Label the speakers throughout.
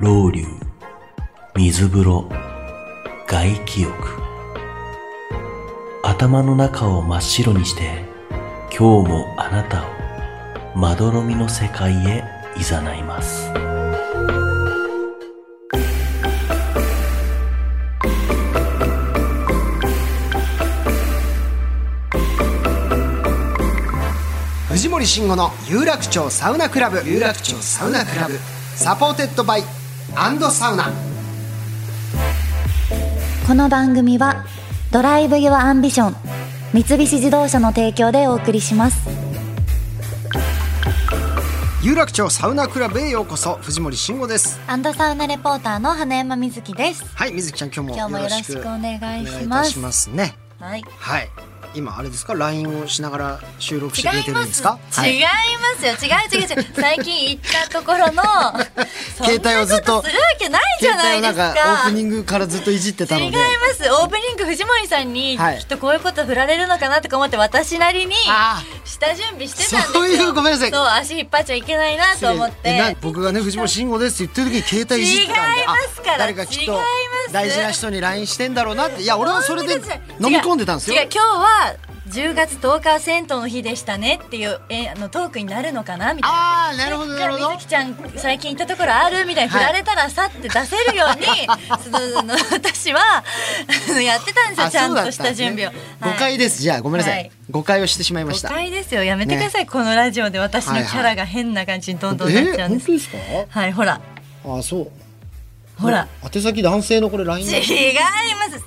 Speaker 1: 老流水風呂外気浴頭の中を真っ白にして今日もあなたをまどろみの世界へ誘います
Speaker 2: 藤森慎吾の有楽町サウナクラブ有楽町サウナクラブサポーテッドバイアンドサウナ
Speaker 3: この番組はドライブ・ユア・アンビション三菱自動車の提供でお送りします
Speaker 2: 有楽町サウナクラブへようこそ藤森慎吾です
Speaker 3: アンドサウナレポーターの花山瑞希です
Speaker 2: はい水木ちゃん今日も
Speaker 3: 今日もよ
Speaker 2: よろ
Speaker 3: ろ
Speaker 2: し
Speaker 3: し
Speaker 2: く
Speaker 3: くお願いし
Speaker 2: お願い
Speaker 3: ま
Speaker 2: いた
Speaker 3: す
Speaker 2: しますね
Speaker 3: はい
Speaker 2: はい今あれですか LINE をしながら収録してくれ
Speaker 3: 違
Speaker 2: て
Speaker 3: い
Speaker 2: る
Speaker 3: ま
Speaker 2: んですすかはい
Speaker 3: 違いますよ違う違う違う最近行ったところの
Speaker 2: 携帯をずっと
Speaker 3: そんなことするわけないじゃない
Speaker 2: 携帯を
Speaker 3: です
Speaker 2: なんかオープニ
Speaker 3: か
Speaker 2: ングからずっといじってた
Speaker 3: 違
Speaker 2: の
Speaker 3: い
Speaker 2: で
Speaker 3: ますオープニング藤森さんに、
Speaker 2: はい
Speaker 3: きっとこういうこと振られるのかなとか思って私なりに
Speaker 2: あ
Speaker 3: 下準備してたんですよ
Speaker 2: そういうごめんなさい
Speaker 3: そう足引っ張っちゃいけないなと思っ
Speaker 2: えな
Speaker 3: て
Speaker 2: 僕がね藤森慎吾ですって言ってる時に携帯いじってたんで
Speaker 3: 違いますから
Speaker 2: あ誰かきっ
Speaker 3: 違い
Speaker 2: と
Speaker 3: ます
Speaker 2: 大事な人に LINE してんだろうなっていや俺はそれで
Speaker 3: 本当です
Speaker 2: 飲み込んでたんですよ
Speaker 3: 違う違う今日は10月10日銭湯の日でしたねっていうえあのトークになるのかなみたいな。
Speaker 2: ああなるほど
Speaker 3: じ
Speaker 2: な
Speaker 3: ゃ
Speaker 2: る
Speaker 3: あ
Speaker 2: ほど
Speaker 3: みずきちゃん最近行ったところあるみたいに振
Speaker 2: はい
Speaker 3: られたらさって出せるように、 そのその私は あのやってたんですよ
Speaker 2: あ
Speaker 3: ちゃ
Speaker 2: そ
Speaker 3: ん
Speaker 2: うだった
Speaker 3: とした準備を。
Speaker 2: 誤解ですじゃあごめんなさ
Speaker 3: はいい
Speaker 2: 誤解をしてしまいま
Speaker 3: 誤
Speaker 2: した
Speaker 3: 解ですよやめてください、このラジオで私のキャラが変な感じにどんどんなっちゃうんです。
Speaker 2: ですか
Speaker 3: はい、ほら
Speaker 2: あそう
Speaker 3: ほら、
Speaker 2: 宛先男性のこれ LINE
Speaker 3: 違います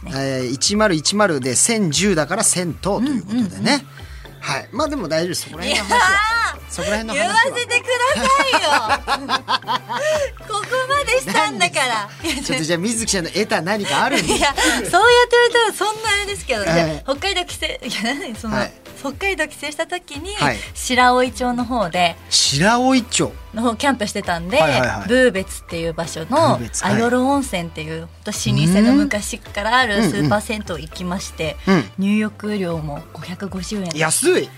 Speaker 3: ね。
Speaker 2: えー、1010で1010だから1000とということでね、はいまあでも大丈夫ですそこら辺の話 はそこら辺の
Speaker 3: 言わ
Speaker 2: 話は
Speaker 3: せてくだ さいよここまでしたんだから
Speaker 2: ちょっとじゃあ水木ちゃんの得た何かあるんで
Speaker 3: いやそうやって言われたらそんなあれですけど、じゃあ
Speaker 2: はい
Speaker 3: 北海道帰省いや何その、
Speaker 2: はい
Speaker 3: 北海道帰省した時に、
Speaker 2: はい
Speaker 3: 白老町の方で
Speaker 2: 白老町
Speaker 3: の方キャンプしてたんで、
Speaker 2: はいはいはい
Speaker 3: ブーベツっていう場所の
Speaker 2: ブーベツはい
Speaker 3: あよろ温泉っていうほんと老舗の昔からあるスーパー銭湯行きまして、
Speaker 2: うん
Speaker 3: 入浴料も550円
Speaker 2: 安い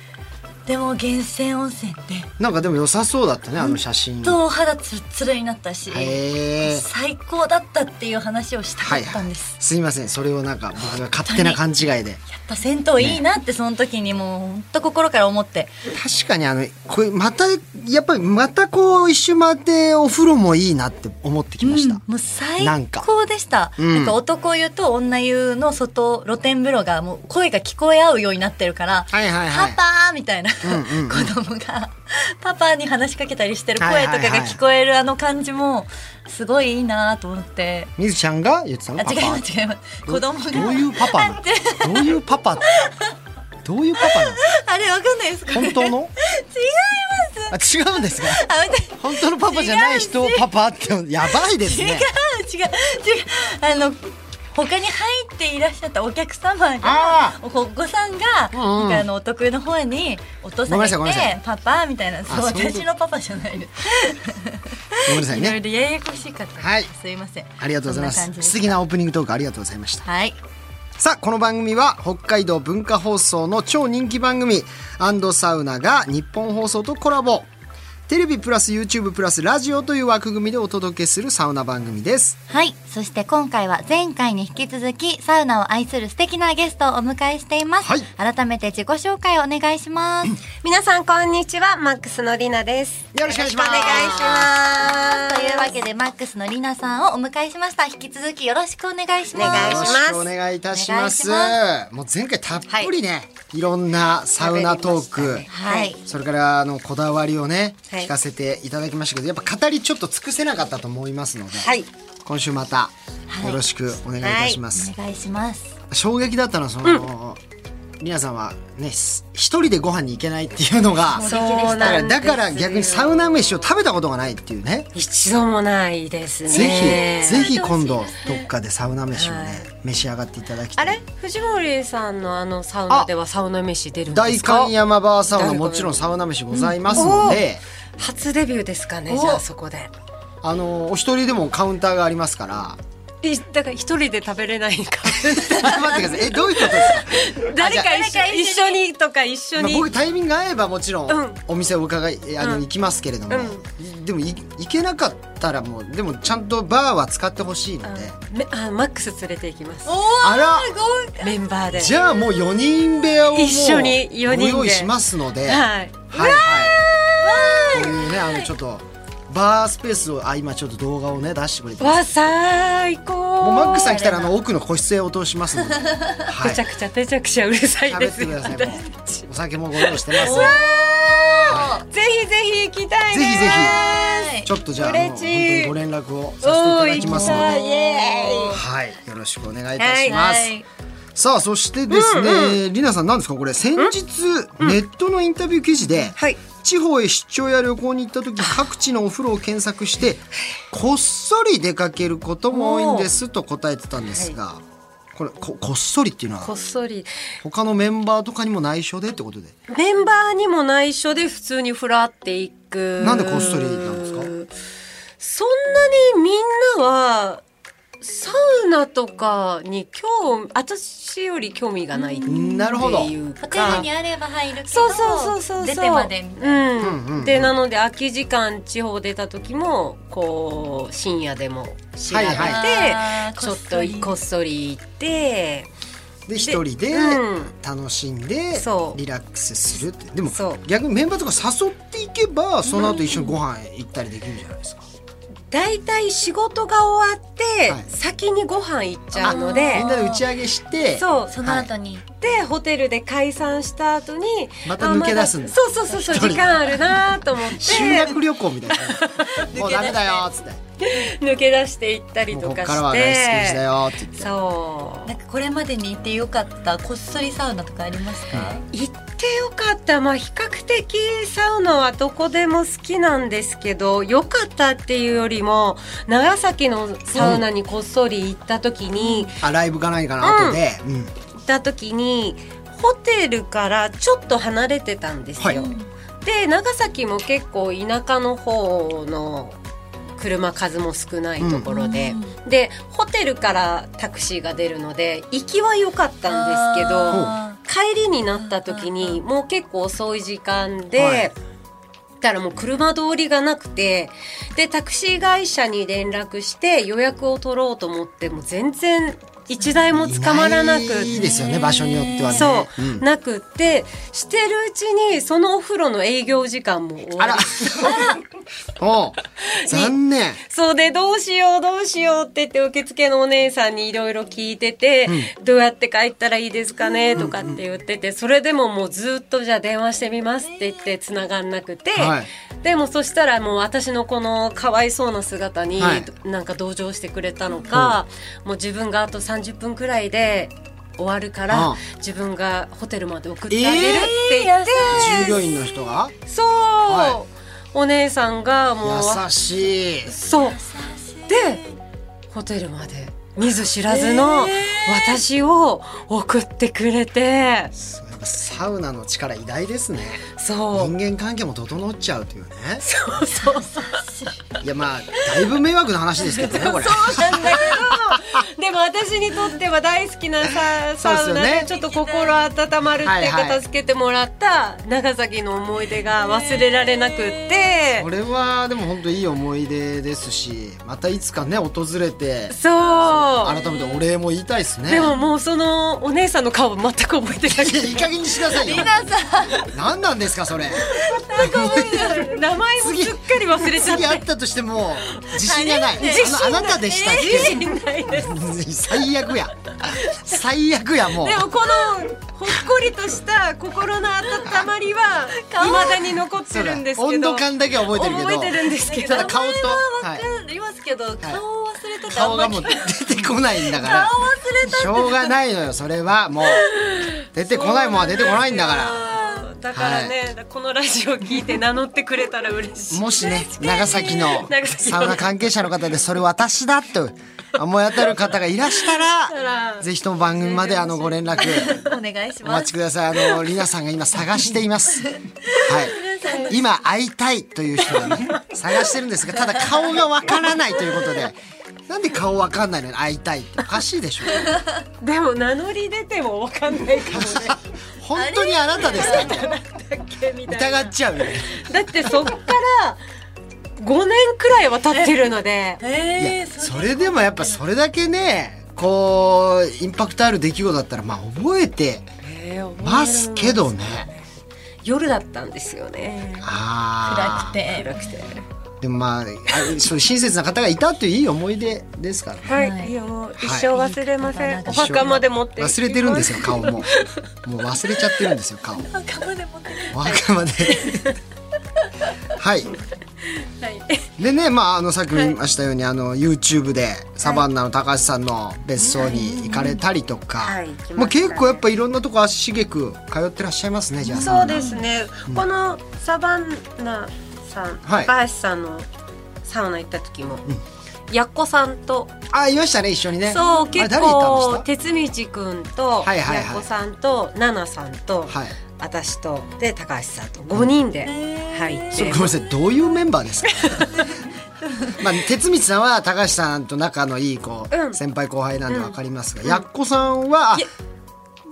Speaker 3: でも源泉温泉で
Speaker 2: なんかでも良さそうだったねあの写真
Speaker 3: とお肌つるつるになったし、
Speaker 2: へえ
Speaker 3: 最高だったっていう話をした
Speaker 2: は
Speaker 3: かっ
Speaker 2: い
Speaker 3: た
Speaker 2: は
Speaker 3: ん
Speaker 2: い
Speaker 3: です、
Speaker 2: すいませんそれをなんか僕が勝手な勘違いで
Speaker 3: やっぱ銭湯いいなってその時にもう本当心から思って、
Speaker 2: 確かにあのこれまたやっぱりまたこう一周回ってお風呂もいいなって思ってきました、
Speaker 3: うんもう最
Speaker 2: なんか
Speaker 3: 高でしたなん
Speaker 2: ん
Speaker 3: か,、男湯と女湯の外露天風呂がもう声が聞こえ合うようになってるから「
Speaker 2: はいはいはい
Speaker 3: パパ!」みたいな、子供がパパに話しかけたりしてる
Speaker 2: は
Speaker 3: 声
Speaker 2: い
Speaker 3: と
Speaker 2: はい
Speaker 3: か
Speaker 2: はい
Speaker 3: が聞こえるあの感じもすごいいいなと思って。
Speaker 2: 水ちゃんが言ってたの
Speaker 3: あ
Speaker 2: パ
Speaker 3: 違い
Speaker 2: パ
Speaker 3: ます違います子供が
Speaker 2: どういうパ パなの
Speaker 3: あ違う
Speaker 2: どういうパパなのどういうパパなの
Speaker 3: あれわかんないですかね
Speaker 2: 本 当の違いますあ違うんですか
Speaker 3: あ待って
Speaker 2: 本当のパパじゃない人をパパってやばいです
Speaker 3: 違う違う違
Speaker 2: ね
Speaker 3: うあの他に入っていらっしゃったお客様
Speaker 2: あ
Speaker 3: がおお子さんが、
Speaker 2: うんうん
Speaker 3: なんかあのお得意の方にお父さんがいて
Speaker 2: ごめんなさいごめんなさ
Speaker 3: パパみたいなそう
Speaker 2: あそういうこと
Speaker 3: 私のパパじゃないです
Speaker 2: ごめんなさい
Speaker 3: いろ
Speaker 2: ね
Speaker 3: いろややこしかった、
Speaker 2: はい
Speaker 3: すいません
Speaker 2: ありがとうございま
Speaker 3: そ
Speaker 2: す
Speaker 3: んな感じで
Speaker 2: 素
Speaker 3: す
Speaker 2: 敵なオープニングトークありがとうございました
Speaker 3: はい
Speaker 2: さあこの番組は北海道文化放送の超人気番組「アンドサウナ」が日本放送とコラボテレビプラス YouTube プラスラジオという枠組みでお届けするサウナ番組です
Speaker 3: はいそして今回は前回に引き続きサウナを愛する素敵なゲストをお迎えしています、
Speaker 2: はい
Speaker 3: 改めて自己紹介をお願いします
Speaker 4: 皆さんこんにちはマックスのりなです
Speaker 2: よろしくお願いします
Speaker 4: よ ろくお願いします
Speaker 3: というわけでマックスのりなさんをお迎えしました引き続きよろしくお願いします
Speaker 4: お願
Speaker 2: よ
Speaker 4: いし
Speaker 2: ろ
Speaker 4: ます
Speaker 2: しくお願いいたします
Speaker 3: お願
Speaker 2: もう前回たっぷりね、い、ろんなサウナトー
Speaker 4: 喋り
Speaker 2: ク、
Speaker 4: ましたね
Speaker 3: はい
Speaker 2: それからあのこだわりをね、
Speaker 4: はい
Speaker 2: 聞かせていただきましたけどやっぱ語りちょっと尽くせなかったと思いますので、
Speaker 4: はい
Speaker 2: 今週また
Speaker 3: はい
Speaker 2: よろしくお願いいたします、
Speaker 3: お願いします
Speaker 2: 衝撃だったのはその、りなさんはねす一人でご飯に行けないっていうのが
Speaker 5: そうなんですよ
Speaker 2: だから逆にサウナ飯を食べたことがないっていうね
Speaker 5: 一度もないですね。
Speaker 2: ぜひぜひ今度どっかでサウナ飯をね、召し上がっていただきた
Speaker 5: あ
Speaker 2: い
Speaker 5: れ藤森さんのあのサウナではサウナ飯出るんで
Speaker 2: 大
Speaker 5: すか
Speaker 2: 観山バーサウナもちろんサウナ飯ございますので、
Speaker 5: 初デビューですかねじゃあそこで
Speaker 2: あのお一人でもカウンターがあります から
Speaker 5: えだから一人で食べれないか
Speaker 2: 待ってくださいえどういうことですか
Speaker 5: 誰か一
Speaker 4: じゃあ
Speaker 5: 緒一緒にとか一緒
Speaker 2: まあ、
Speaker 5: に、
Speaker 2: 僕タイミングが合えばもちろん、
Speaker 5: うん
Speaker 2: お店を伺いあの、行きますけれども、でもい行けなかったらもうでもちゃんとバーは使ってほしいので、
Speaker 5: めあマックス連れて行きます
Speaker 2: あら
Speaker 5: メンバーで
Speaker 2: じゃあもう4人部屋をもう
Speaker 5: 一緒に四人で
Speaker 2: ご用意しますので、
Speaker 5: はい
Speaker 2: はいはいこういうねあのちょっとバースペースをあ今ちょっと動画をね出してくれてます
Speaker 5: わ最高
Speaker 2: もうマックさん来たらあの奥の個室へお通します ので、は
Speaker 5: めちゃくちゃめちゃくちゃうるさい
Speaker 2: 食
Speaker 5: で
Speaker 2: べ
Speaker 5: す
Speaker 2: てくださいも
Speaker 5: 私たち
Speaker 2: うお酒もご用意してますので
Speaker 5: ぜひぜひ行きたい
Speaker 2: ぜ
Speaker 5: で
Speaker 2: ひ
Speaker 5: す
Speaker 2: ぜひちょっとじゃあもう本
Speaker 5: 嬉
Speaker 2: 当
Speaker 5: し
Speaker 2: に
Speaker 5: い
Speaker 2: ご連絡をさ
Speaker 5: お
Speaker 2: せ
Speaker 5: ー
Speaker 2: ていただ
Speaker 5: 行
Speaker 2: き
Speaker 5: き
Speaker 2: ますので
Speaker 5: たいイエーイ
Speaker 2: はい、よろしくお願いいたします。
Speaker 5: はい
Speaker 2: さあ、そしてですね、りなさん、なんですか、これ、先日、ネットのインタビュー記事で。
Speaker 5: はい
Speaker 2: 地方へ出張や旅行に行った時各地のお風呂を検索してこっそり出かけることも多いんですと答えてたんですが、これここっそりっていうの
Speaker 5: こ
Speaker 2: は
Speaker 5: っそり
Speaker 2: 他のメンバーとかにも内緒でってことで
Speaker 5: メンバーにも内緒で普通にふらっていく
Speaker 2: なんでこっそりなんです
Speaker 5: かそんなにみんなはサウナとかに興私より興味がないっていうか
Speaker 2: なるほど
Speaker 3: ホテルにあれば入るけど
Speaker 5: そうそうそうそうそう
Speaker 3: 出てまでみたいな
Speaker 5: うんでなので空き時間地方出た時もこう深夜でも調べて、
Speaker 2: はい
Speaker 3: はいあー
Speaker 5: ちょっ
Speaker 3: ことっそり
Speaker 5: こっそり行って
Speaker 2: で一人で
Speaker 5: うん
Speaker 2: 楽しんで
Speaker 5: そう
Speaker 2: リラックスするってでも
Speaker 5: そう
Speaker 2: 逆にメンバーとか誘っていけばその後一緒にご飯行ったりできるじゃないですか
Speaker 5: 大体仕事が終わって、
Speaker 2: はい
Speaker 5: 先にご飯行っちゃうの
Speaker 2: み
Speaker 5: で
Speaker 2: んなで打ち上げして
Speaker 5: そう
Speaker 3: その後に、
Speaker 5: でホテルで解散した後に
Speaker 2: また抜け出すんだ
Speaker 5: あまそうそうそうそう時間あるな と思って
Speaker 2: 修学旅行みたい なもうダメだよっつって
Speaker 5: 抜け出していったり
Speaker 2: もう
Speaker 5: と
Speaker 2: こ
Speaker 5: か
Speaker 2: っ
Speaker 5: して
Speaker 2: からは大好きだよって言って
Speaker 5: そう
Speaker 3: なんかこれまでに行ってよかったこっそりサウナとかありますか、
Speaker 5: 行ってよかったまあ比較的サウナはどこでも好きなんですけどよかったっていうよりも長崎のサウナにこっそり行った時に、
Speaker 2: あライブかないかな後でうん
Speaker 5: 行った時にホテルからちょっと離れてたんですよ。
Speaker 2: はい
Speaker 5: で長崎も結構田舎の方の車数も少ないところで、でホテルからタクシーが出るので行きは良かったんですけど
Speaker 3: あ
Speaker 5: 帰りになった時にもう結構遅い時間で。
Speaker 2: はい
Speaker 5: だからもう車通りがなくてでタクシー会社に連絡して予約を取ろうと思っても全然一台も捕まらなくて
Speaker 2: いいですよね場所によってはね
Speaker 5: そう、
Speaker 2: ん
Speaker 5: なくってしてるうちにそのお風呂の営業時間も終
Speaker 2: あ
Speaker 5: わり
Speaker 2: ら おう残念
Speaker 5: そうでどうしようどうしようって言って受付のお姉さんにいろいろ聞いてて、どうやって帰ったらいいですかねとかって言っててそれでももうずっとじゃあ電話してみますって言って繋がんなくて、
Speaker 2: はい
Speaker 5: でもそしたらもう私のこのかわいそうな姿に
Speaker 2: はい
Speaker 5: なんか同情してくれたのか、もう自分があと30分くらいで終わるから、
Speaker 2: うん
Speaker 5: 自分がホテルまで送ってあげるって言って、
Speaker 2: 従業員の人が
Speaker 5: そう、
Speaker 2: は
Speaker 5: お姉さんがもう
Speaker 2: 優しい
Speaker 5: そうでホテルまで見ず知らずの私を送ってくれて、
Speaker 2: そうやっぱサウナの力偉大ですね
Speaker 5: そう
Speaker 2: 人間関係も整っちゃうというね
Speaker 5: そうそうそう
Speaker 2: いやまあだいぶ迷惑な話ですけどねこれ
Speaker 5: なんだけどでも私にとっては大好きなさ
Speaker 2: そうです
Speaker 5: サ
Speaker 2: よね
Speaker 5: ウナでちょっと心温まるって
Speaker 2: はい
Speaker 5: いう
Speaker 2: は
Speaker 5: か
Speaker 2: い
Speaker 5: 助けてもらった長崎の思い出が忘れられなくって
Speaker 2: これはでも本当いい思い出ですしまたいつかね訪れて
Speaker 5: そう
Speaker 2: 改めてお礼も言いたいですね
Speaker 5: でももうそのお姉さんの顔全く覚えてない
Speaker 2: いやいい加減にしなさいよ何なんですかそれ
Speaker 5: 名前もすっかり忘れちゃっ
Speaker 2: 次
Speaker 5: て
Speaker 2: 会ったとしても自信がない
Speaker 5: 自信
Speaker 2: あのあなたでしたっけ
Speaker 5: 自信ないです
Speaker 2: 最悪や最悪やもう
Speaker 5: でもこのほっこりとした心の温まりは未だに残ってるんですけど
Speaker 2: 温度感だけは覚えてるけど
Speaker 5: 覚えてるんですけど
Speaker 2: た だ顔と、
Speaker 3: わ
Speaker 2: はい、
Speaker 3: かりますけど、顔を忘れてた
Speaker 2: 顔がもう出てこないんだから
Speaker 3: 顔忘れた
Speaker 2: しょうがないのよそれはもう出てこないもんは出てこないんだから
Speaker 5: だからね、このラジオ聞いて名乗ってくれたら嬉しい
Speaker 2: もしね長崎の
Speaker 5: 長崎の
Speaker 2: サウナ関係者の方でそれ私だと思い当たる方がいらしたら
Speaker 5: ら
Speaker 2: ぜひとも番組まであのご連絡
Speaker 3: お願い
Speaker 2: お待
Speaker 3: しま
Speaker 2: ち
Speaker 3: す
Speaker 2: ください。あの、りなさんが今探しています。はい。今会いたいという人がね、探してるんですが、ただ顔がわからないということで、なんで顔わかんないのに会いたいっておかしいでしょ。
Speaker 5: でも名乗り出てもわかんないかもね
Speaker 2: 本当にあなたですかって
Speaker 5: なんだっけみたい
Speaker 2: 疑
Speaker 5: な
Speaker 2: っちゃうよね。
Speaker 5: だってそっから5年くらいは経ってるので
Speaker 3: えー、
Speaker 2: それでもやっぱそれだけね、こう、インパクトある出来事だったら、まあ覚えて
Speaker 5: えー
Speaker 2: ますけどね。
Speaker 5: 夜だったんですよね
Speaker 2: あ
Speaker 3: 暗く
Speaker 2: あ。
Speaker 3: て
Speaker 5: 暗くて
Speaker 2: でもまあ、あそういう親切な方がいたといういい思い出ですからね。
Speaker 5: はい、
Speaker 3: はい
Speaker 5: いやもう一生忘れません、お墓まで持って
Speaker 2: 忘れてるんですよ顔ももう忘れちゃってるんですよ顔
Speaker 3: 顔で持って
Speaker 2: お墓まではい
Speaker 5: はい
Speaker 2: でねまああのさっきも言いましたように、あの YouTube でサバンナの高橋さんの別荘に行かれたりとか、
Speaker 5: はい行きましたね
Speaker 2: まあ、結構やっぱいろんなとこ足しげく通ってらっしゃいますねじゃあ
Speaker 5: そうですね、このサバンナさん、
Speaker 2: はい
Speaker 5: 高橋さんのサウナ行った時も、やっこさんと
Speaker 2: あいましたね一緒にね
Speaker 5: そう
Speaker 2: あれ
Speaker 5: 結
Speaker 2: 誰いた
Speaker 5: 構
Speaker 2: んでし
Speaker 5: 哲道くんと、
Speaker 2: はいはいはい
Speaker 5: やっこさんと奈々さんと、
Speaker 2: たはい
Speaker 5: 私とで高橋さんと5人で入って、
Speaker 2: そうごめんなさいどういうメンバーです かまあ哲光さんは高橋さんと仲のいいこう、
Speaker 5: うん
Speaker 2: 先輩後輩なんで分かりますが、やっこさんはあ
Speaker 5: いや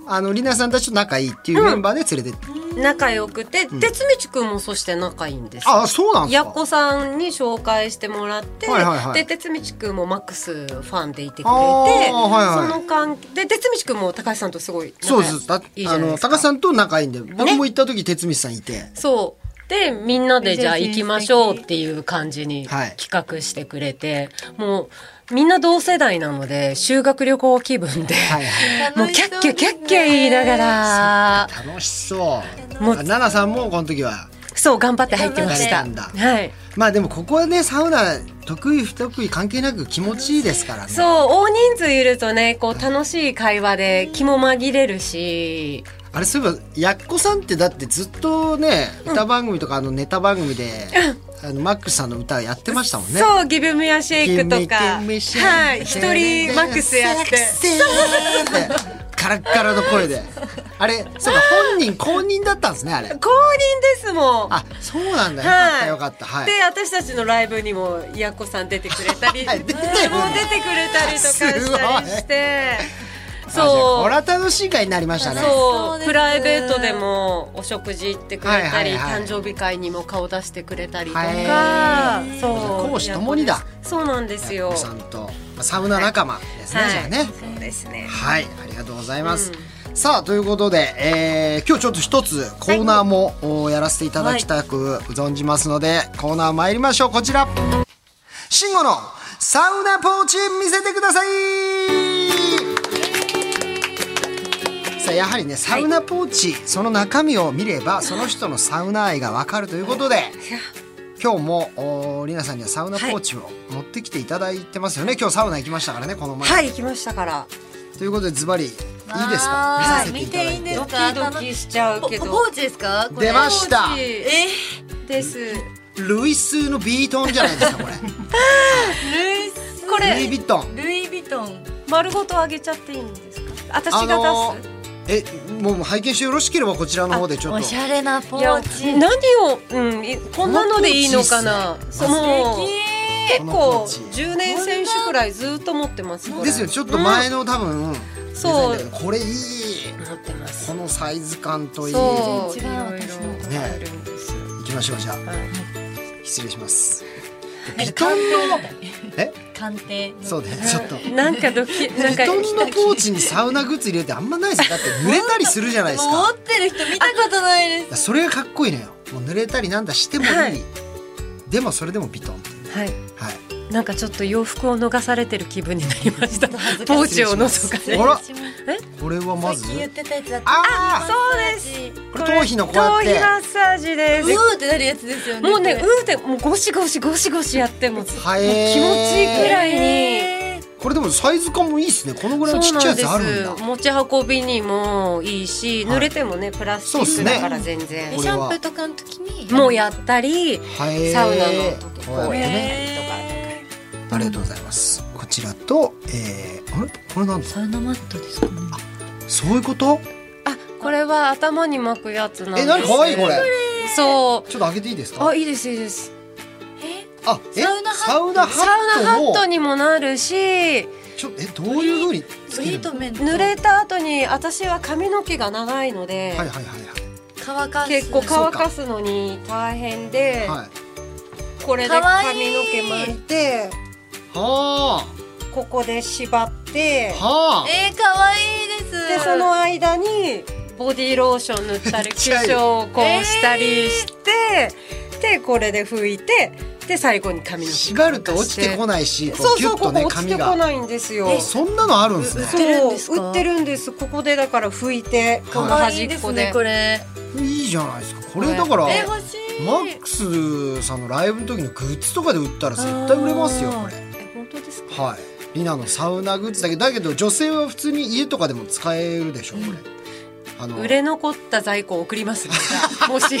Speaker 2: あのりなさんたちと仲いいっていうメンバーで連れてって、
Speaker 5: 仲良くて、哲道くんもそして仲いいんですよ
Speaker 2: あそうなんです
Speaker 5: や
Speaker 2: か
Speaker 5: っこさんに紹介してもらって、
Speaker 2: はいはいはい
Speaker 5: で哲道くんもマックスファンでいてくれて、
Speaker 2: あーはいはい
Speaker 5: その関係で哲道くんも高橋さんとすごい仲
Speaker 2: そうで
Speaker 5: いい
Speaker 2: す
Speaker 5: じゃ
Speaker 2: だ
Speaker 5: ないですか
Speaker 2: あの高橋さんと仲いいんで僕も行った時哲光さんいて
Speaker 5: そうでみんなでじゃあ行きましょうっていう感じに
Speaker 2: はい
Speaker 5: 企画してくれて、もうみんな同世代なので修学旅行気分で、
Speaker 2: はいはい
Speaker 5: もうキャッキャキャッキャ言いながら
Speaker 2: 楽しそう
Speaker 5: もう
Speaker 2: 奈々さんもこの時は
Speaker 5: そう頑張って入ってまし
Speaker 2: 頑張ったんだ
Speaker 5: はい
Speaker 2: まあでもここはねサウナ得意不得意関係なく気持ちいいですからね
Speaker 5: そう大人数いるとねこう楽しい会話で気も紛れるし
Speaker 2: あれそういえばやっこさんってだってずっとね歌番組とかあのネタ番組で、あのマックスさんの歌やってましたもんね。
Speaker 5: そう、ギブミアシェイクとか。
Speaker 2: Give me, give me shake
Speaker 5: はい、一人マックスやって。
Speaker 2: セクシー ってカラッカラの声で。あれ、そうか本人公認だったんですねあれ。
Speaker 5: 公認ですもん。
Speaker 2: あ、そうなんだ。よかった
Speaker 5: はい、
Speaker 2: よかった。はい。
Speaker 5: で、私たちのライブにも、やっこさん出てくれたり。
Speaker 2: はい出てる
Speaker 5: もう出てくれたりとかしたり して。
Speaker 2: あじゃあ
Speaker 5: そ
Speaker 2: これ
Speaker 5: う。
Speaker 2: は楽しい会になりましたね。
Speaker 3: そう
Speaker 5: そ
Speaker 3: です
Speaker 5: うプライベートでもお食事行ってくれたり、
Speaker 2: はいはいはい
Speaker 5: 誕生日会にも顔出してくれたりとか、
Speaker 2: へ
Speaker 5: そう
Speaker 2: 公私ともにだ
Speaker 5: そうなんです
Speaker 2: やっ
Speaker 5: よ
Speaker 2: こさんと、まあ、サウナ仲間ですね、
Speaker 5: はい
Speaker 2: じゃあね。
Speaker 5: そうですね
Speaker 2: はい、ありがとうございます。さあということで、えー今日ちょっと一つコーナーも、おやらせていただきたく存じますので、コーナー参りましょうこちら慎吾のサウナポーチ見せてくださいさあやはりねサウナポーチ、その中身を見ればその人のサウナ愛がわかるということで今日もおりなさんにはサウナポーチを持ってきていただいてますよね、今日サウナ行きましたからねこの前
Speaker 5: はい行きましたから
Speaker 2: ということでズバリいいですか見さ
Speaker 3: はい
Speaker 2: せていただいて
Speaker 3: 見ていいんです
Speaker 5: ド
Speaker 3: か
Speaker 5: キドキしちゃうけど
Speaker 3: ポポーチですかこれ
Speaker 2: 出ました
Speaker 5: え
Speaker 3: え
Speaker 5: です。
Speaker 2: ルイスのビートンじゃないですかこれ
Speaker 3: ルイス
Speaker 5: こ
Speaker 2: ルイ・
Speaker 5: れ
Speaker 2: ヴィトン
Speaker 3: ルイ・ヴィトン
Speaker 5: 丸ごとあげちゃっていいんですか？私が出す。
Speaker 2: えもう拝見してよろしければこちらの方でちょっ
Speaker 3: お
Speaker 2: と
Speaker 3: しゃれなポ
Speaker 5: いや
Speaker 3: ーチ
Speaker 5: 何をうんいこんなのでいいのかな。その結
Speaker 2: こ
Speaker 5: 構
Speaker 2: のポーチ
Speaker 5: 10年選手くらいずっと持ってます。これ
Speaker 2: ですよちょっと前の多分、デザインだけどこれいい
Speaker 5: 持ってます。
Speaker 2: このサイズ感といい行
Speaker 5: そうい
Speaker 3: 全然違う
Speaker 5: ろいろ
Speaker 3: 私
Speaker 2: の
Speaker 5: あるんですよ。
Speaker 2: きましょうじゃあ
Speaker 5: はい
Speaker 2: 失礼します
Speaker 3: なん
Speaker 2: ビ
Speaker 3: か
Speaker 2: トン
Speaker 3: 鑑定みたい
Speaker 2: え
Speaker 3: 鑑定
Speaker 2: そうだねちょっとビ
Speaker 5: なんかドキなんか
Speaker 2: トンのポーチにサウナグッズ入れるってあんまないですよだって濡れたりするじゃないです
Speaker 3: 持
Speaker 2: か
Speaker 3: ってる人見たことないです
Speaker 2: それがかっこいいのよもう濡れたりなんだしてもいい、
Speaker 5: はい
Speaker 2: でもそれでもビトンっていう
Speaker 5: はい。
Speaker 2: はい
Speaker 5: なんかちょっと洋服を逃されてる気分になりました。ポーチを覗かれ
Speaker 2: あら
Speaker 3: 失礼します
Speaker 2: これはまず
Speaker 3: さっき言ってたやつだった
Speaker 2: あ
Speaker 5: そうです
Speaker 3: す
Speaker 2: これ頭皮のこうやって
Speaker 5: 頭皮マッサージで
Speaker 3: う
Speaker 5: す。
Speaker 3: ーってなるやつですよね
Speaker 5: もうね、
Speaker 3: これ
Speaker 5: うーってもうゴシゴシゴシゴシやってももう気持ち
Speaker 2: はい
Speaker 5: いくらいに。
Speaker 2: これでもサイズ感もいいですねこのぐらいのちっちゃいやつあるんだ
Speaker 5: 持ち運びにもいいし、
Speaker 2: はい
Speaker 5: 濡れてもねプラスチックだから全然、
Speaker 2: これは
Speaker 3: シャンプーとかの時に
Speaker 5: もうやったり
Speaker 2: はい
Speaker 5: サウナの時
Speaker 2: こうやってね
Speaker 3: ね
Speaker 2: ありがとうございますこちらとえー、あれこれなんだ
Speaker 3: サウナマットですかね
Speaker 2: そういうこと
Speaker 5: あこれは頭に巻くやつなんです
Speaker 2: え何可愛いこれ
Speaker 5: そ
Speaker 2: ちょっと開けていいです
Speaker 5: う
Speaker 2: か
Speaker 5: あいいですいいです
Speaker 2: あえ
Speaker 3: サウナハット
Speaker 2: サウナ
Speaker 5: サウナ
Speaker 2: ハ
Speaker 5: ハ
Speaker 2: ッ
Speaker 5: ット
Speaker 2: トも
Speaker 5: にもなるし
Speaker 2: ちょえどういう風につ
Speaker 3: ト
Speaker 2: け
Speaker 3: リ
Speaker 2: る
Speaker 3: ー
Speaker 2: の
Speaker 3: トメント
Speaker 5: 濡れた後に私は髪の毛が長いので、
Speaker 2: はいはいはい
Speaker 3: 乾かす
Speaker 5: 結構乾かすのに大変で、
Speaker 2: はいはい
Speaker 5: これで
Speaker 3: 可愛
Speaker 5: 髪
Speaker 3: い
Speaker 5: の毛巻いて
Speaker 2: は
Speaker 5: ここで縛って
Speaker 2: あはあ
Speaker 3: えー、可愛いです
Speaker 5: でその間にボディーローション塗ったり化
Speaker 2: ちゃい
Speaker 5: 粧をこうしたりして、でこれで拭いてで最後に髪の毛
Speaker 2: しがると落ちてこ
Speaker 5: ない
Speaker 2: ないしこ
Speaker 5: そう
Speaker 2: うキュ
Speaker 5: そう
Speaker 2: ッと
Speaker 5: ここ
Speaker 2: ね
Speaker 5: 落ち
Speaker 2: 髪
Speaker 5: てこ
Speaker 2: が
Speaker 5: ないんですよ
Speaker 3: え
Speaker 2: そんなのあるんですね
Speaker 5: そう
Speaker 3: 売ってるんですか
Speaker 5: 売ってるんですここでだから拭いてこの
Speaker 3: 可愛
Speaker 5: 端
Speaker 3: いで
Speaker 5: っ
Speaker 3: す
Speaker 5: こ
Speaker 3: ね
Speaker 5: で
Speaker 3: これ
Speaker 2: いいじゃないですかこれだから
Speaker 3: え欲しい
Speaker 2: マックスさんのライブの時のグッズとかで売ったら絶対売れますよこれ
Speaker 5: え本当ですか
Speaker 2: はいリナのサウナグッズだけどだけど女性は普通に家とかでも使えるでしょこれ、あの
Speaker 5: 売れ残った在庫を送ります ねじゃあもし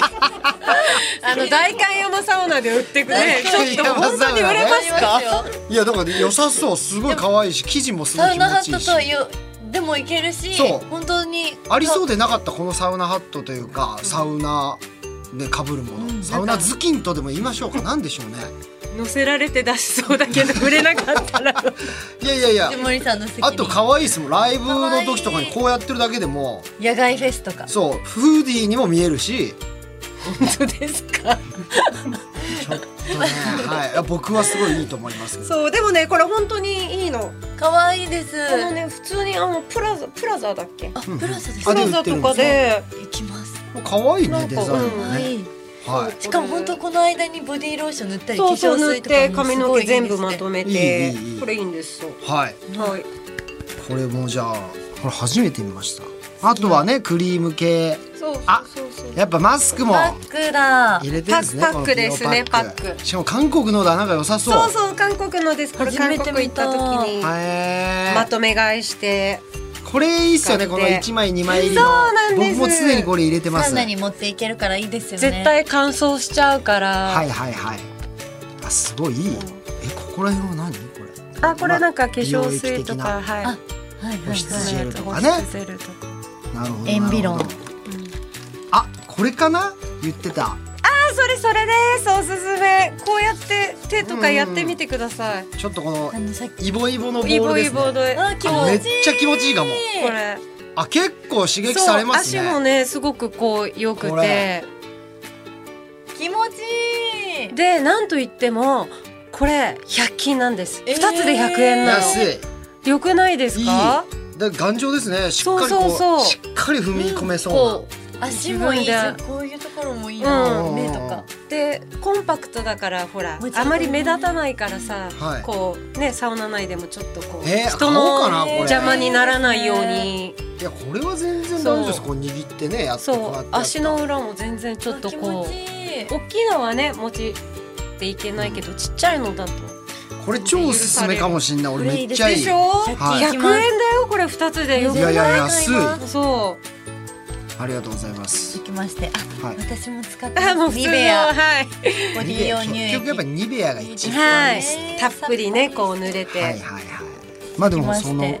Speaker 5: あの代官山サウナで売ってくれちょっと本当に売れますか
Speaker 2: いやだから良さそうすごい可愛いし生地もすごい
Speaker 3: サウ
Speaker 2: 気持
Speaker 3: ナハ
Speaker 2: ちいい
Speaker 3: ット
Speaker 2: し
Speaker 3: とよでもいけるし
Speaker 2: そう
Speaker 3: 本当に
Speaker 2: ありそうでなかったこのサウナハットというかサウナでかぶるもの、サウナ頭巾とでも言いまし ょうかなんでしょうね
Speaker 5: 乗せられて出しそうだけど売れなかったら
Speaker 2: いやいやいや
Speaker 3: で森さんの責任
Speaker 2: あと可愛いですもんライブの時とかにこうやってるだけでも
Speaker 3: 野外フェスとか
Speaker 2: そうフーディーにも見えるし
Speaker 5: 本当ですか
Speaker 2: ちょっとね、はい、僕はすごいいいと思います。
Speaker 5: そうでもねこれ本当にいいのこ
Speaker 3: 可愛いです
Speaker 5: のね普通にあのプラザプラザだっけ
Speaker 3: あプラスです
Speaker 5: プ
Speaker 2: あで
Speaker 5: ラ
Speaker 2: 売っ
Speaker 5: ザ
Speaker 2: てる
Speaker 5: と
Speaker 2: んで
Speaker 5: か
Speaker 2: すか
Speaker 5: で
Speaker 3: いきます
Speaker 2: 可愛い
Speaker 5: な
Speaker 2: ね、
Speaker 5: ん
Speaker 2: デ
Speaker 5: か
Speaker 2: ザイン
Speaker 5: うん
Speaker 2: もね。
Speaker 3: 可愛い
Speaker 2: はい。
Speaker 3: しかも本当この間にボディーローション塗ったり化
Speaker 5: そうそう
Speaker 3: 粧
Speaker 5: 塗っ
Speaker 3: 水と
Speaker 5: て
Speaker 3: かも
Speaker 5: 髪
Speaker 3: す
Speaker 5: の
Speaker 3: ごい
Speaker 5: 毛
Speaker 3: いいですね
Speaker 5: 全部まとめて
Speaker 2: いいいいいい
Speaker 5: これいいんですよ
Speaker 2: はい。
Speaker 5: はい
Speaker 2: これもじゃあ、これ初めて見ました。あとはね、クリーム系。
Speaker 5: そうそう
Speaker 2: あ
Speaker 5: そうそう
Speaker 2: やっぱマスクも
Speaker 3: バッグだ
Speaker 2: 入れてるんですね。
Speaker 5: パック
Speaker 2: この
Speaker 5: パックですね
Speaker 2: ピノ
Speaker 5: パック
Speaker 2: しかも韓国のだ、なんか良さそう。
Speaker 5: そうそう韓国のですこれ
Speaker 3: 初
Speaker 5: 韓
Speaker 3: め
Speaker 5: 国
Speaker 3: て
Speaker 5: 行っ
Speaker 3: 見た
Speaker 5: た時に
Speaker 2: へー
Speaker 5: まとめ買いして
Speaker 2: これいいっすよね、
Speaker 5: 使
Speaker 2: こ
Speaker 5: って
Speaker 2: の一枚二枚入りの。
Speaker 5: そうなんです
Speaker 2: 僕も常にこれ入れてま
Speaker 3: サウ
Speaker 2: す。
Speaker 3: ナ
Speaker 2: はい
Speaker 3: に持っていけるからいいですよね
Speaker 5: 絶対乾燥しちゃうから
Speaker 2: はいはい。あ、すごいいい。え、ここら辺は何これ。
Speaker 5: あこれなんか化
Speaker 2: まあ
Speaker 5: 粧水とか、
Speaker 2: 美
Speaker 5: はい
Speaker 3: はい
Speaker 2: 保
Speaker 3: はい
Speaker 2: 湿
Speaker 3: はい
Speaker 2: ジェルとかね
Speaker 5: 保湿ジェルとか
Speaker 2: なるほど。
Speaker 3: 塩ビロン
Speaker 2: なるほどあ、これかな言ってた。
Speaker 5: あそれそれですおすすめこうやって手とかやってみてください、
Speaker 2: ちょっとこの
Speaker 3: あのさっき
Speaker 2: イボイボのボ
Speaker 5: イ
Speaker 2: ール
Speaker 5: ボ
Speaker 2: で
Speaker 5: イ
Speaker 2: す
Speaker 5: ボ
Speaker 2: ね。
Speaker 5: で
Speaker 3: あ気
Speaker 2: め
Speaker 3: 持
Speaker 2: っ
Speaker 3: ちいい
Speaker 2: ちゃ気持ちいいかも。
Speaker 5: これ
Speaker 2: あ、結構刺激されますね。
Speaker 5: そう足もねすごくこう良く
Speaker 2: これ
Speaker 5: て
Speaker 3: 気持ちいい
Speaker 5: でなんといってもこれ100均なんです、
Speaker 3: えー
Speaker 5: 2つで100円な
Speaker 2: 安
Speaker 5: の
Speaker 2: い。
Speaker 5: 良くないですか
Speaker 2: だから頑丈ですね。しっかりこう
Speaker 5: そうそうそう
Speaker 2: しっかり踏み込めそ
Speaker 5: こ
Speaker 3: 足もいいし
Speaker 5: 自分で
Speaker 3: こういうところもいいな、
Speaker 5: うん
Speaker 3: 目とか
Speaker 5: うでコンパクトだからほら
Speaker 3: 持ち運び
Speaker 5: あまり目立たないからさ、
Speaker 2: はい
Speaker 5: こうねサウナ内でもちょっとこう、
Speaker 2: えー
Speaker 5: 人
Speaker 2: 買おうかな
Speaker 5: の
Speaker 2: これ
Speaker 5: 邪魔にならないように
Speaker 2: な。いやこれは全然大丈夫です。
Speaker 5: そう
Speaker 2: こう握ってねやってこうや
Speaker 5: そ
Speaker 2: っ
Speaker 5: う
Speaker 2: て
Speaker 5: 足の裏も全然ちょっと
Speaker 3: あ
Speaker 5: こ
Speaker 3: 気持ち
Speaker 5: う
Speaker 3: いい
Speaker 5: 大きいのはね持ちっていけないけど、ちっちゃいのだと
Speaker 2: これ超おすすめかもしんない。俺
Speaker 3: これ
Speaker 2: め
Speaker 3: いい
Speaker 2: っ
Speaker 3: です
Speaker 2: ちゃいい。
Speaker 5: でしょ、
Speaker 2: はい
Speaker 5: 100円だよこれ2つでよく
Speaker 2: いやいや安い。
Speaker 5: そう
Speaker 2: ありがとうございます。
Speaker 3: 続きましてあ、
Speaker 2: はい
Speaker 3: 私も使って
Speaker 5: あも
Speaker 3: ま
Speaker 5: う
Speaker 3: す
Speaker 5: 普
Speaker 3: ニ
Speaker 5: 通
Speaker 3: ベ
Speaker 5: の
Speaker 3: ア
Speaker 5: はい
Speaker 3: ボデ
Speaker 2: ニ
Speaker 3: ィ
Speaker 2: ベ
Speaker 3: 用
Speaker 2: ア
Speaker 3: 乳
Speaker 2: 結局やっぱ
Speaker 3: 液
Speaker 2: ニベアが一番。
Speaker 5: は
Speaker 3: ね
Speaker 5: いたっぷりねこう濡れて、
Speaker 2: はいはいはい。まあでもそ
Speaker 3: 来ま
Speaker 2: の
Speaker 3: して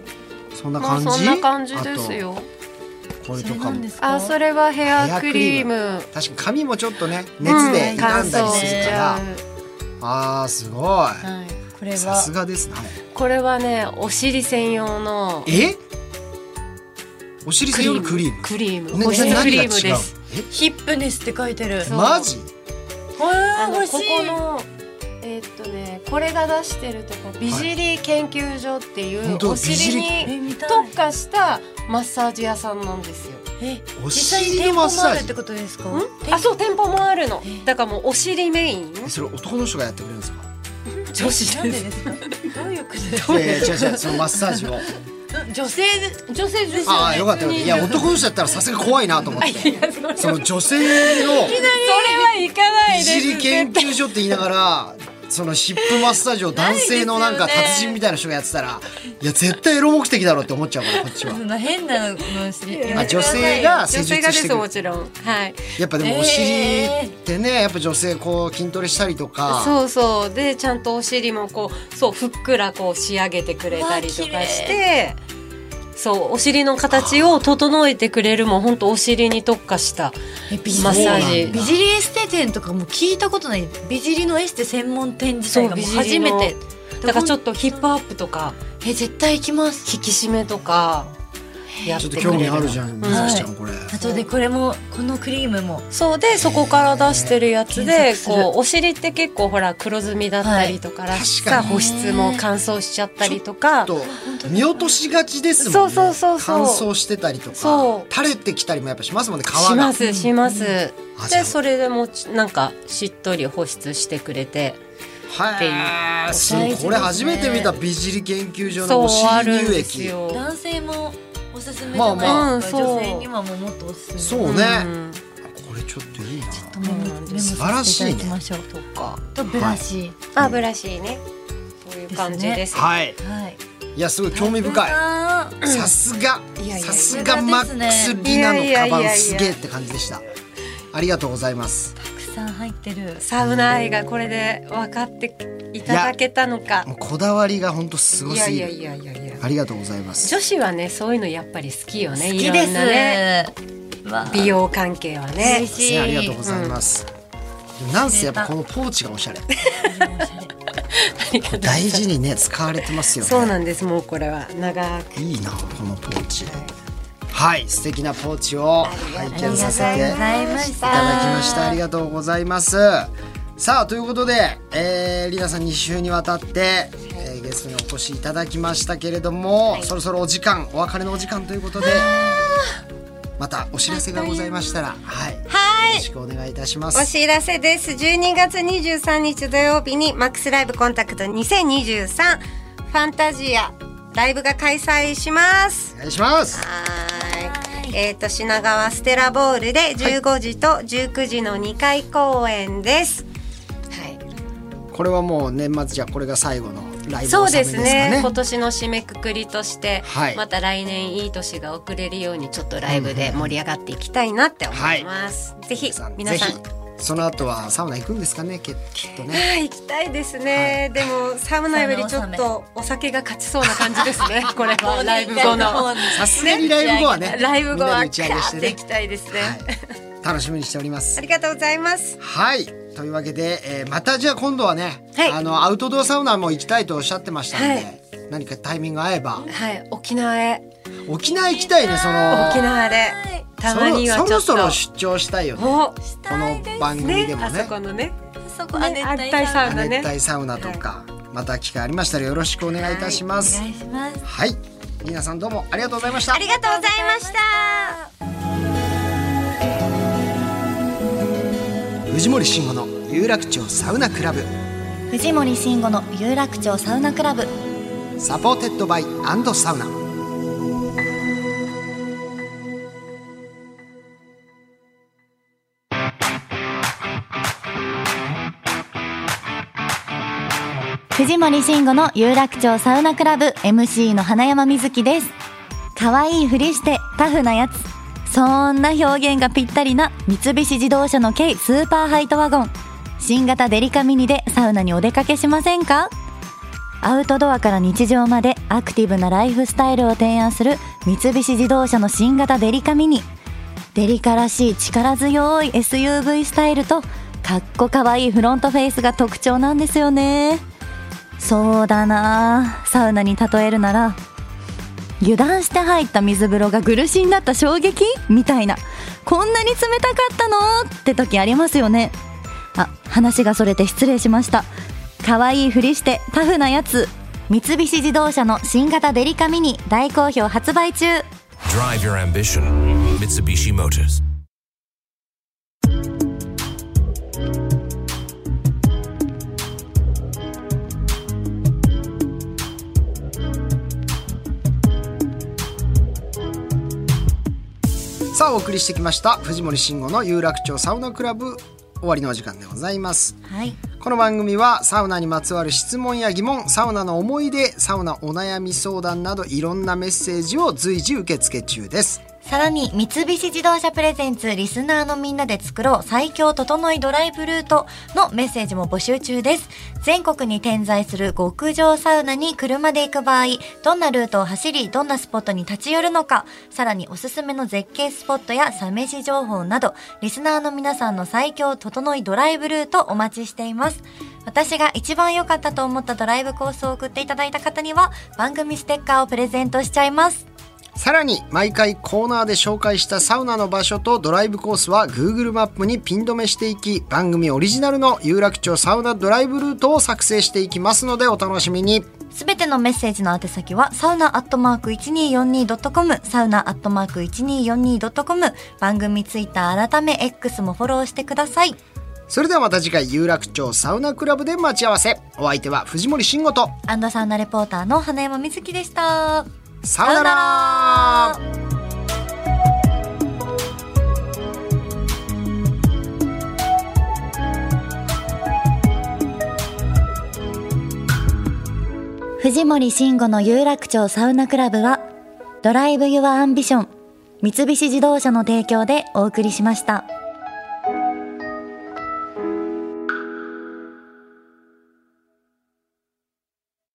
Speaker 2: そんな
Speaker 5: もう
Speaker 2: 感じ。
Speaker 5: そんな感じですよ
Speaker 2: あとこれ
Speaker 3: そ
Speaker 2: と
Speaker 3: れ
Speaker 2: か
Speaker 3: なん
Speaker 2: も
Speaker 3: で。すか
Speaker 5: あそれはヘアクリーム
Speaker 2: 確かに髪もちょっとね熱で傷ん
Speaker 5: うん
Speaker 2: だ
Speaker 5: 乾
Speaker 2: り
Speaker 5: 燥
Speaker 2: す
Speaker 5: し
Speaker 2: る
Speaker 5: ち
Speaker 2: から。
Speaker 5: ゃう
Speaker 2: あーすご
Speaker 3: はいこれ
Speaker 2: い。さ
Speaker 3: は
Speaker 2: すがですね。はい
Speaker 5: これはねお尻専用の
Speaker 2: えお尻専用のクリーム
Speaker 5: クリーム
Speaker 2: ね
Speaker 5: 保湿
Speaker 2: 何が
Speaker 5: クリーム
Speaker 2: 違う
Speaker 5: です
Speaker 3: ヒップネスって書いてる
Speaker 2: え
Speaker 5: そう
Speaker 2: マジ
Speaker 5: あ
Speaker 3: あ
Speaker 5: の
Speaker 3: 欲
Speaker 5: こ
Speaker 3: しい
Speaker 5: このえーっとねこれが出してるとこ美尻研究所ってい
Speaker 2: 本
Speaker 5: う
Speaker 2: 当
Speaker 5: お尻
Speaker 3: え
Speaker 5: に
Speaker 3: 見たい
Speaker 5: 特化したマッサージ屋さんなんですよ
Speaker 3: え
Speaker 2: お
Speaker 3: 実際に
Speaker 2: 尻の
Speaker 3: 店
Speaker 2: マッ
Speaker 3: 舗も
Speaker 2: サ
Speaker 3: あ
Speaker 2: ー
Speaker 3: るっ
Speaker 2: ジ
Speaker 3: てことですか
Speaker 5: あそう店舗もあるのだからもうお尻メイン
Speaker 2: えそれ男の人がやってくれるんですか
Speaker 5: 女子
Speaker 3: なん
Speaker 5: で。
Speaker 3: ですですか。どういうこと
Speaker 2: いやいや違う違うそのマッサージ を
Speaker 3: 女性女性ですよね。
Speaker 2: ああよかったよかったいや男の人だったらさすが怖いなと思って その女性の
Speaker 5: それはいかない
Speaker 2: い
Speaker 5: です。
Speaker 2: じり研
Speaker 5: 絶対
Speaker 2: 究所って言いながらそのヒップマッサージを男性のなんか
Speaker 3: ないですよね
Speaker 2: 達人みたいな人がやってたらいや絶対エロ目的だろうって思っちゃうからこっ ちは
Speaker 3: その変なのしやめてください
Speaker 2: 女性が施
Speaker 5: 女
Speaker 2: 術
Speaker 5: 性がで
Speaker 2: して
Speaker 5: す
Speaker 2: く
Speaker 5: も
Speaker 2: る
Speaker 5: ちろん。はい。
Speaker 2: やっぱでもお尻ってねやっぱ女性こう筋トレしたりとか
Speaker 5: そうそうでちゃんとお尻もこうそうふっくらこう仕上げてくれたりと
Speaker 3: わあ
Speaker 5: かしてそうお尻の形を整えてくれるも本当お尻に特化した
Speaker 3: えビ
Speaker 5: マッサージ
Speaker 3: ビジリエステ店とかも聞いたことないビジリのエステ専門店自体がもう
Speaker 5: そうビ
Speaker 3: 初
Speaker 5: ジリ
Speaker 3: め
Speaker 5: の
Speaker 3: て
Speaker 5: だからちょっとヒップアップとか
Speaker 3: え絶対行きます
Speaker 5: 引き締めとかやっ
Speaker 2: ちょってと
Speaker 5: くれる
Speaker 2: 興味あるじゃんみさきちゃ
Speaker 3: は
Speaker 2: んこれ
Speaker 3: あとでこれもこのクリームも
Speaker 5: そうでそこから出してるやつで
Speaker 3: 検索する
Speaker 5: こうお尻って結構ほら黒ずみだったりとから
Speaker 2: 確
Speaker 5: さ、
Speaker 2: かに
Speaker 5: 保湿も乾燥しちゃったりとか
Speaker 2: と見落としがちですもんね
Speaker 5: そうそうそうそう
Speaker 2: 乾燥してたりとか
Speaker 5: そう
Speaker 2: 垂れてきたりもやっぱしますもんね皮が
Speaker 5: しますします、
Speaker 2: あじゃあ
Speaker 5: でそれでもちなんかしっとり保湿してくれてっていう
Speaker 2: はあすご
Speaker 3: 大事
Speaker 2: い
Speaker 3: ですね
Speaker 2: これ初めて見た美尻研究所の
Speaker 5: そ
Speaker 2: お
Speaker 5: う
Speaker 2: 尻
Speaker 5: あるん
Speaker 2: 乳
Speaker 5: です
Speaker 2: 液
Speaker 5: よ
Speaker 3: 男性もおすすめじ
Speaker 2: まあ
Speaker 3: ゃ
Speaker 2: ま
Speaker 3: な
Speaker 5: あ
Speaker 3: いですか、女性にはもうもっとおすす
Speaker 2: そ
Speaker 3: め
Speaker 2: うね、
Speaker 5: うん
Speaker 2: これちょっといいな
Speaker 3: メモメ
Speaker 5: そうなん
Speaker 3: モ
Speaker 5: で
Speaker 2: 素
Speaker 5: す
Speaker 2: 晴らしいね
Speaker 3: させてただきましょう
Speaker 5: とか
Speaker 3: とブラシ
Speaker 5: あブラシねそういう感じです
Speaker 2: はい
Speaker 3: はい
Speaker 2: いやすごい興味深い
Speaker 3: あー
Speaker 2: さすが
Speaker 5: いやいや
Speaker 2: さすがマックスリナの
Speaker 5: いや
Speaker 2: カ
Speaker 5: いやいやい
Speaker 2: バン
Speaker 5: や
Speaker 2: すげえって感じでしたありがとうございます
Speaker 3: たくさん入ってる
Speaker 5: サウナ愛がこれで分かっていただけたのか
Speaker 2: もうこだわりが本当すご
Speaker 5: い
Speaker 2: す
Speaker 5: やい
Speaker 2: ぎ
Speaker 5: や
Speaker 2: る
Speaker 5: いやいやいや
Speaker 2: ありがとうございます
Speaker 5: 女子はねそういうのやっぱり好きよね
Speaker 3: 好
Speaker 5: い
Speaker 3: き
Speaker 5: ろ
Speaker 3: で
Speaker 5: ん
Speaker 3: す
Speaker 5: なね
Speaker 3: わあ
Speaker 5: 美容関係はね
Speaker 3: 嬉し
Speaker 2: ね
Speaker 3: い
Speaker 2: ありがとうございます、でもなんせやっぱこのポーチがおしゃれ 大事にね使われてますよね
Speaker 5: そうなんですもうこれは長く
Speaker 2: いいなこのポーチはい素敵なポーチを拝
Speaker 3: あり
Speaker 2: 見
Speaker 3: がとう
Speaker 2: さ
Speaker 3: ご
Speaker 2: せていただ
Speaker 3: ざいました
Speaker 2: きましたありがとうございますさあということで、えー、リナさん2週にわたって、えーゲストにお越しいただきましたけれども、そろそろお時間お別れのお時間ということでまたお知らせがございましたらはい、よろしくお願いいたします
Speaker 6: お知らせです。12月23日土曜日にマックスライブコンタクト2023ファンタジアライブが開催します。
Speaker 2: お願いします
Speaker 6: はーい。えっ、と品川ステラボールで15時と19時の2回公演です。はい。
Speaker 2: これはもう年末じゃこれが最後のライブ
Speaker 5: そう
Speaker 2: 納め
Speaker 5: で
Speaker 2: です
Speaker 5: す
Speaker 2: か
Speaker 5: ね
Speaker 2: ね
Speaker 5: 今年の締めくくりとして、
Speaker 2: はい
Speaker 5: また来年いい年が送れるようにちょっとライブで盛り上がっていきたいなって思います、ぜひ皆さん
Speaker 2: ぜひその後はサウナ行くんですかねききっとね
Speaker 5: はい、行きたいですね、でもサウナよりちょっとお酒が勝ちそうな感じです ねこれはライブ後の
Speaker 2: さすがにライブ後はね
Speaker 5: ライブ後は
Speaker 2: みんなで打ち上げして
Speaker 5: カーッて
Speaker 2: ね
Speaker 5: 行きたいですね、
Speaker 2: はい楽しみにしております
Speaker 6: ありがとうございます。
Speaker 2: はいというわけで、えーまたじゃあ今度はね、
Speaker 5: はい
Speaker 2: あのアウトドアサウナも行きたいとおっしゃってましたので、
Speaker 5: はい
Speaker 2: 何かタイミング合えば
Speaker 5: はい沖縄へ
Speaker 2: 沖縄行きたいねその
Speaker 5: 沖縄でたまにはちょっと
Speaker 2: そろそろ出張したいよね
Speaker 5: お
Speaker 2: この番組でも
Speaker 5: あ
Speaker 2: ね
Speaker 5: そこのね
Speaker 3: そこ
Speaker 5: ね
Speaker 3: 亜熱帯
Speaker 5: 熱帯サ
Speaker 3: サウナ
Speaker 5: ウナのね
Speaker 2: 熱帯サウナとか、また機会ありましたらよろしくお願いいたします
Speaker 3: お願いします
Speaker 2: はい、りなさんどうもありがとうございました
Speaker 6: ありがとうございました。
Speaker 2: 藤森慎吾の有楽町サウナクラブ
Speaker 4: 藤森慎吾の有楽町サウナクラブ
Speaker 2: サポーテッドバイサウナ
Speaker 4: 藤森慎吾の有楽町サウナクラブ MC の花山瑞希です可愛いふりしてタフなやつそんな表現がぴったりな三菱自動車の軽スーパーハイトワゴン新型デリカミニでサウナにお出かけしませんかアウトドアから日常までアクティブなライフスタイルを提案する三菱自動車の新型デリカミニデリカらしい力強い SUV スタイルとかっこかわいいフロントフェイスが特徴なんですよねそうだなあサウナに例えるなら油断して入った水風呂が苦しんだった衝撃みたいなこんなに冷たかったのって時ありますよねあ話がそれて失礼しました可愛いふりしてタフなやつ三菱自動車の新型デリカミニ大好評発売中
Speaker 7: Drive your ambition. Mitsubishi Motors.
Speaker 2: 「さあお送りしてきました藤森慎吾の有楽町サウナクラブ終わりのお時間でございます
Speaker 4: はい。
Speaker 2: この番組はサウナにまつわる質問や疑問サウナの思い出サウナお悩み相談などいろんなメッセージを随時受付中です
Speaker 4: さらに、三菱自動車プレゼンツリスナーのみんなで作ろう最強整いドライブルートのメッセージも募集中です。全国に点在する極上サウナに車で行く場合、どんなルートを走り、どんなスポットに立ち寄るのか、さらにおすすめの絶景スポットやサメシ情報など、リスナーの皆さんの最強整いドライブルートお待ちしています。私が一番良かったと思ったドライブコースを送っていただいた方には、番組ステッカーをプレゼントしちゃいます。
Speaker 2: さらに毎回コーナーで紹介したサウナの場所とドライブコースは Google マップにピン止めしていき番組オリジナルの有楽町サウナドライブルートを作成していきますのでお楽しみに
Speaker 4: すべてのメッセージの宛先は、サウナアットマーク 1242.com、サウナアットマーク 1242.com、番組ツイッター改め X もフォローしてください。
Speaker 2: それではまた次回有楽町サウナクラブで待ち合わせお相手は藤森慎吾と
Speaker 4: アンドサウナレポーターの花山瑞希でした。
Speaker 2: さよなら
Speaker 8: 藤森慎吾の有楽町サウナクラブは、ドライブ・ユア・アンビション、三菱自動車の提供でお送りしました。